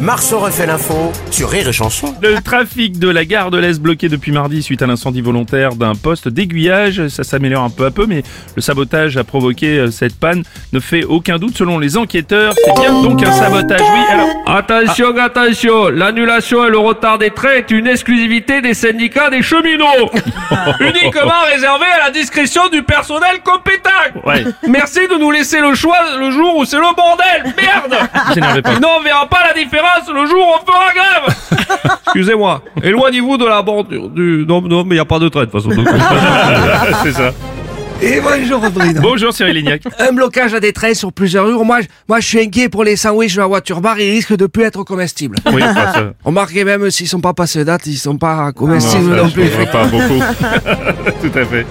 Marceau refait l'info sur Rire et Chanson. Le trafic de la gare de l'Est bloqué depuis mardi suite à l'incendie volontaire d'un poste d'aiguillage, ça s'améliore un peu à peu, mais le sabotage a provoqué euh, cette panne ne fait aucun doute selon les enquêteurs. C'est bien donc un sabotage, oui. Alors, Attention, attention, l'annulation et le retard des trains est une exclusivité des syndicats des cheminots. Uniquement réservée à la discrétion du personnel compétent. ah, Ouais. Merci de nous laisser le choix le jour où c'est le bordel. Merde vous énervez pas. Sinon on verra pas la différence le jour où on fera grève. Excusez-moi, éloignez-vous de la bordure du... Non, non, mais il a pas de train de toute façon. donc. Ah, C'est ça. Et bonjour Bruno. Bonjour Cyril Lignac. Un blocage à des trains sur plusieurs jours. Moi, je- moi, je suis inquiet pour les sandwichs à voiture bar. Ils risquent de plus être comestibles. Oui, enfin, ça- Remarquez même s'ils sont pas passés date, ils sont pas non, comestibles ça, non je plus. comprends pas beaucoup. Tout à fait.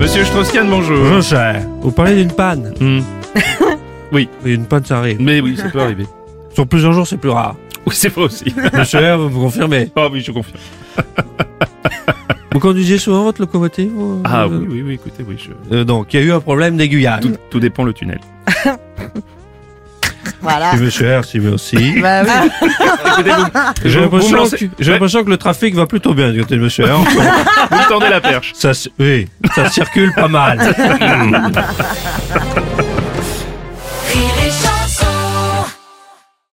Monsieur Strauss-Kahn, bonjour. Bonjour, cher. Vous parlez d'une panne. Hmm. Oui. Oui, une panne, ça arrive. Mais oui, ça peut arriver. Sur plusieurs jours, c'est plus rare. Oui, c'est vrai aussi. Monsieur R, vous me confirmez. Ah oui, je confirme. Vous conduisez souvent votre locomotive vous, Ah euh, oui, oui, oui, écoutez, oui, je- euh, donc, il y a eu un problème d'aiguillage. tout, tout dépend le tunnel. Voilà. Et monsieur R, s'y met aussi. Bah oui. Écoutez, vous, J'ai vous- vous me l'impression lancez- que, j'ai Ouais. l'impression que le trafic va plutôt bien du côté de monsieur R. vous me tendez la perche. Ça, c- oui, ça circule pas mal.